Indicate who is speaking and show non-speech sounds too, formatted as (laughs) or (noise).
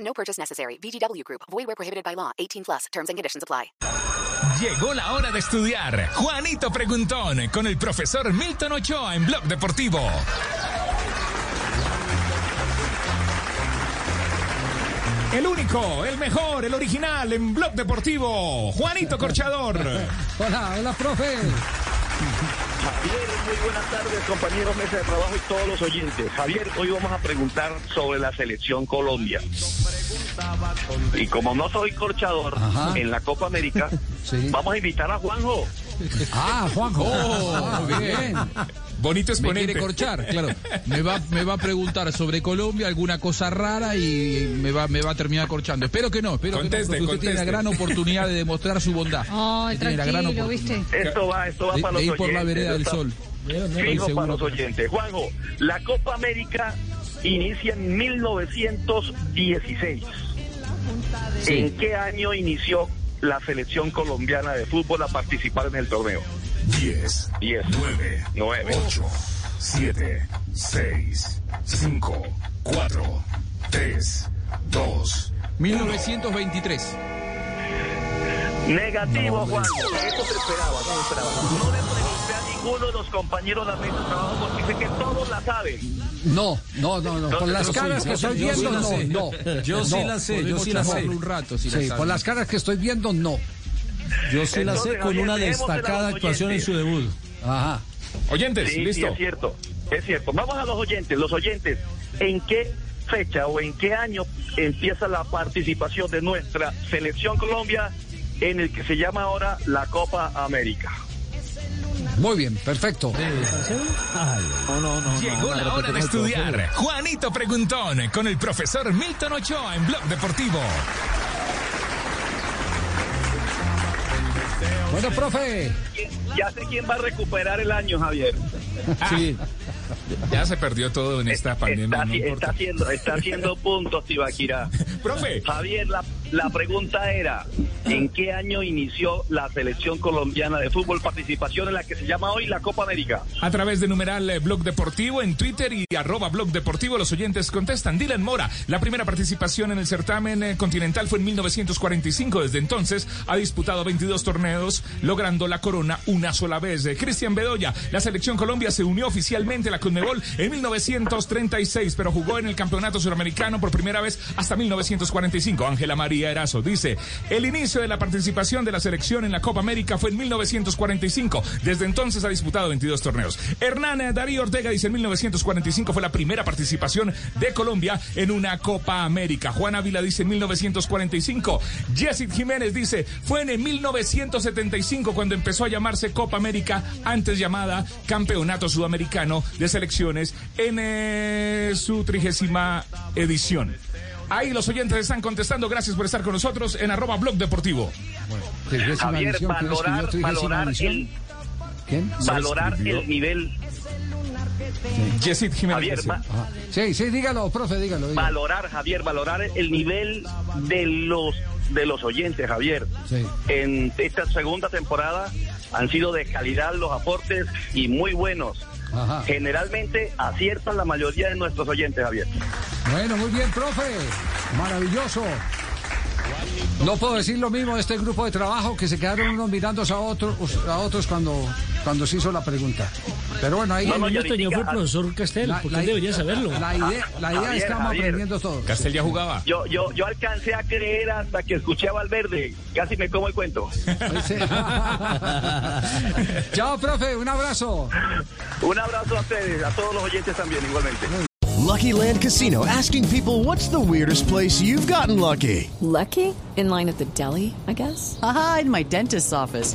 Speaker 1: No purchase necessary. VGW Group. Void where prohibited by law. 18 plus. Terms and conditions apply.
Speaker 2: Llegó la hora de estudiar. Juanito Preguntón con el profesor Milton Ochoa en Blog Deportivo. El único, el mejor, el original en Blog Deportivo, Juanito Corchador.
Speaker 3: Hola, hola, profe.
Speaker 4: Javier, muy buenas tardes, compañeros mesa de trabajo y todos los oyentes. Javier, hoy vamos a preguntar sobre la selección Colombia. Y como no soy corchador
Speaker 3: Ajá.
Speaker 4: en la Copa América,
Speaker 3: (laughs) Sí.
Speaker 4: vamos a invitar a Juanjo.
Speaker 3: Ah, Juanjo.
Speaker 2: Oh,
Speaker 3: bien.
Speaker 2: Bonito
Speaker 5: Me
Speaker 2: exponente.
Speaker 5: quiere
Speaker 2: (laughs)
Speaker 5: corchar, claro. Me va, me va a preguntar sobre Colombia alguna cosa rara y me va, me va a terminar corchando. Espero que no, espero
Speaker 2: Conteste,
Speaker 5: que no, porque usted tiene la
Speaker 2: conteste.
Speaker 5: gran oportunidad de demostrar su bondad.
Speaker 6: Ay,
Speaker 5: Usted tiene la gran
Speaker 6: tranquilo,
Speaker 5: oportunidad.
Speaker 6: ¿viste?
Speaker 4: Esto va, esto va
Speaker 5: De-
Speaker 4: para los
Speaker 5: de ir
Speaker 4: oyentes.
Speaker 5: por la vereda del
Speaker 4: esto-
Speaker 5: sol. Estoy
Speaker 4: Fijo para
Speaker 5: seguro
Speaker 4: los
Speaker 5: que no.
Speaker 4: oyentes. Juanjo, la Copa América inicia en 1916. ¿En qué año inició la selección colombiana de fútbol a participar en el torneo?
Speaker 7: 10,
Speaker 4: 10,
Speaker 7: 9,
Speaker 4: 9,
Speaker 7: 8, 7, 6, 5, 4, 3, 2.
Speaker 5: 1923.
Speaker 4: Negativo, Juan. Eso se esperaba, no se esperaba. No le pregunté a ninguno de los compañeros de la mesa de trabajo porque sé que todos la saben.
Speaker 3: No, no, no, no. Por las
Speaker 4: Yo sí,
Speaker 3: caras que
Speaker 4: yo
Speaker 3: estoy
Speaker 4: sí, yo sí
Speaker 3: viendo,
Speaker 4: la
Speaker 3: no,
Speaker 4: sé.
Speaker 3: no.
Speaker 5: No,
Speaker 3: Yo
Speaker 5: podemos charlarlo un rato si la
Speaker 3: Sí,
Speaker 5: sabe.
Speaker 3: por las caras que estoy viendo, no.
Speaker 8: Yo sí la
Speaker 4: Entonces,
Speaker 8: sé con
Speaker 4: Javier,
Speaker 8: una
Speaker 4: dejémosela a
Speaker 8: destacada
Speaker 4: los
Speaker 8: actuación en
Speaker 4: oyentes.
Speaker 8: su debut.
Speaker 3: Ajá.
Speaker 2: Oyentes,
Speaker 4: Sí, sí,
Speaker 2: listo.
Speaker 4: es cierto. Es cierto. Vamos a los oyentes. Los oyentes, ¿en qué fecha o en qué año empieza la participación de nuestra selección Colombia en el que se llama ahora la Copa América?
Speaker 3: Muy bien, perfecto.
Speaker 8: No, no, no.
Speaker 2: Llegó la hora de estudiar. Juanito Preguntón con el profesor Milton Ochoa en Blog Deportivo.
Speaker 3: Bueno, profe.
Speaker 4: Ya sé quién va a recuperar el año, Javier.
Speaker 8: Sí.
Speaker 2: Ah, Ya se perdió todo en esta pandemia.
Speaker 4: Eh, está, eh.
Speaker 2: no
Speaker 4: está
Speaker 2: importa.
Speaker 4: haciendo,
Speaker 2: (laughs)
Speaker 4: está haciendo puntos, Tibaquirá.
Speaker 2: Profe,
Speaker 4: Javier, la, la pregunta era, ¿en qué año inició la selección colombiana de fútbol participación en la que se llama hoy la Copa América?
Speaker 2: a través de numeral eh, Blog Deportivo en Twitter y arroba Blog Deportivo, los oyentes contestan. Dylan Mora, la primera participación en el certamen eh, continental fue en 1945. Desde entonces ha disputado 22 torneos, logrando la corona una sola vez. Eh, Cristian Bedoya, la selección Colombia se unió oficialmente a la Conmebol en 1936, pero jugó en el Campeonato Suramericano por primera vez hasta 1945. Ángela María Erazo dice, el inicio de la participación de la selección en la Copa América fue en 1945. Desde entonces ha disputado 22 torneos. Hernán eh, Darío Ortega dice, en 1945 fue la primera participación de Colombia en una Copa América. Juan Ávila dice, en 1945. Jessit Jiménez dice, fue en el 1975 cuando empezó a llamarse Copa América, antes llamada Campeonato Sudamericano de Selecciones, en eh, su trigésima edición. Ahí los oyentes están contestando. Gracias por estar con nosotros en arroba blog deportivo.
Speaker 3: Trigésima
Speaker 4: Javier,
Speaker 3: edición, ¿quién escribió
Speaker 4: valorar,
Speaker 3: trigésima
Speaker 4: valorar,
Speaker 3: edición?
Speaker 4: el,
Speaker 3: ¿Quién?
Speaker 4: valorar el nivel,
Speaker 2: Yesid Jiménez.
Speaker 4: Javier, va-
Speaker 3: Ah, Sí, sí, dígalo, profe, dígalo. dígalo.
Speaker 4: valorar, Javier, valorar el nivel de los de los oyentes, Javier.
Speaker 3: Sí.
Speaker 4: En esta segunda temporada han sido de calidad los aportes y muy buenos.
Speaker 3: Ajá.
Speaker 4: Generalmente aciertan la mayoría de nuestros oyentes, Javier.
Speaker 3: Bueno, muy bien, profe. Maravilloso. No puedo decir lo mismo de este grupo de trabajo que se quedaron unos mirando a otros, a otros cuando, cuando se hizo la pregunta. Pero bueno, ahí
Speaker 4: No, no,
Speaker 8: El
Speaker 4: ya
Speaker 8: minuto yo
Speaker 4: ahorita-
Speaker 8: fue el profesor Castel, porque
Speaker 3: i-
Speaker 8: él debería saberlo.
Speaker 3: La idea, la idea
Speaker 4: Javier,
Speaker 3: es que vamos
Speaker 4: Javier.
Speaker 3: aprendiendo todos.
Speaker 2: Castel ya jugaba.
Speaker 4: Yo, yo, yo alcancé a creer hasta que escuché a Valverde. Casi me como el cuento.
Speaker 3: Sí. Chao, profe, un abrazo.
Speaker 4: Un abrazo a ustedes, a todos los oyentes también, igualmente.
Speaker 7: Lucky Land Casino asking people what's the weirdest place you've gotten lucky?
Speaker 9: Lucky? In line at the deli, I guess?
Speaker 10: Aha, in my dentist's office.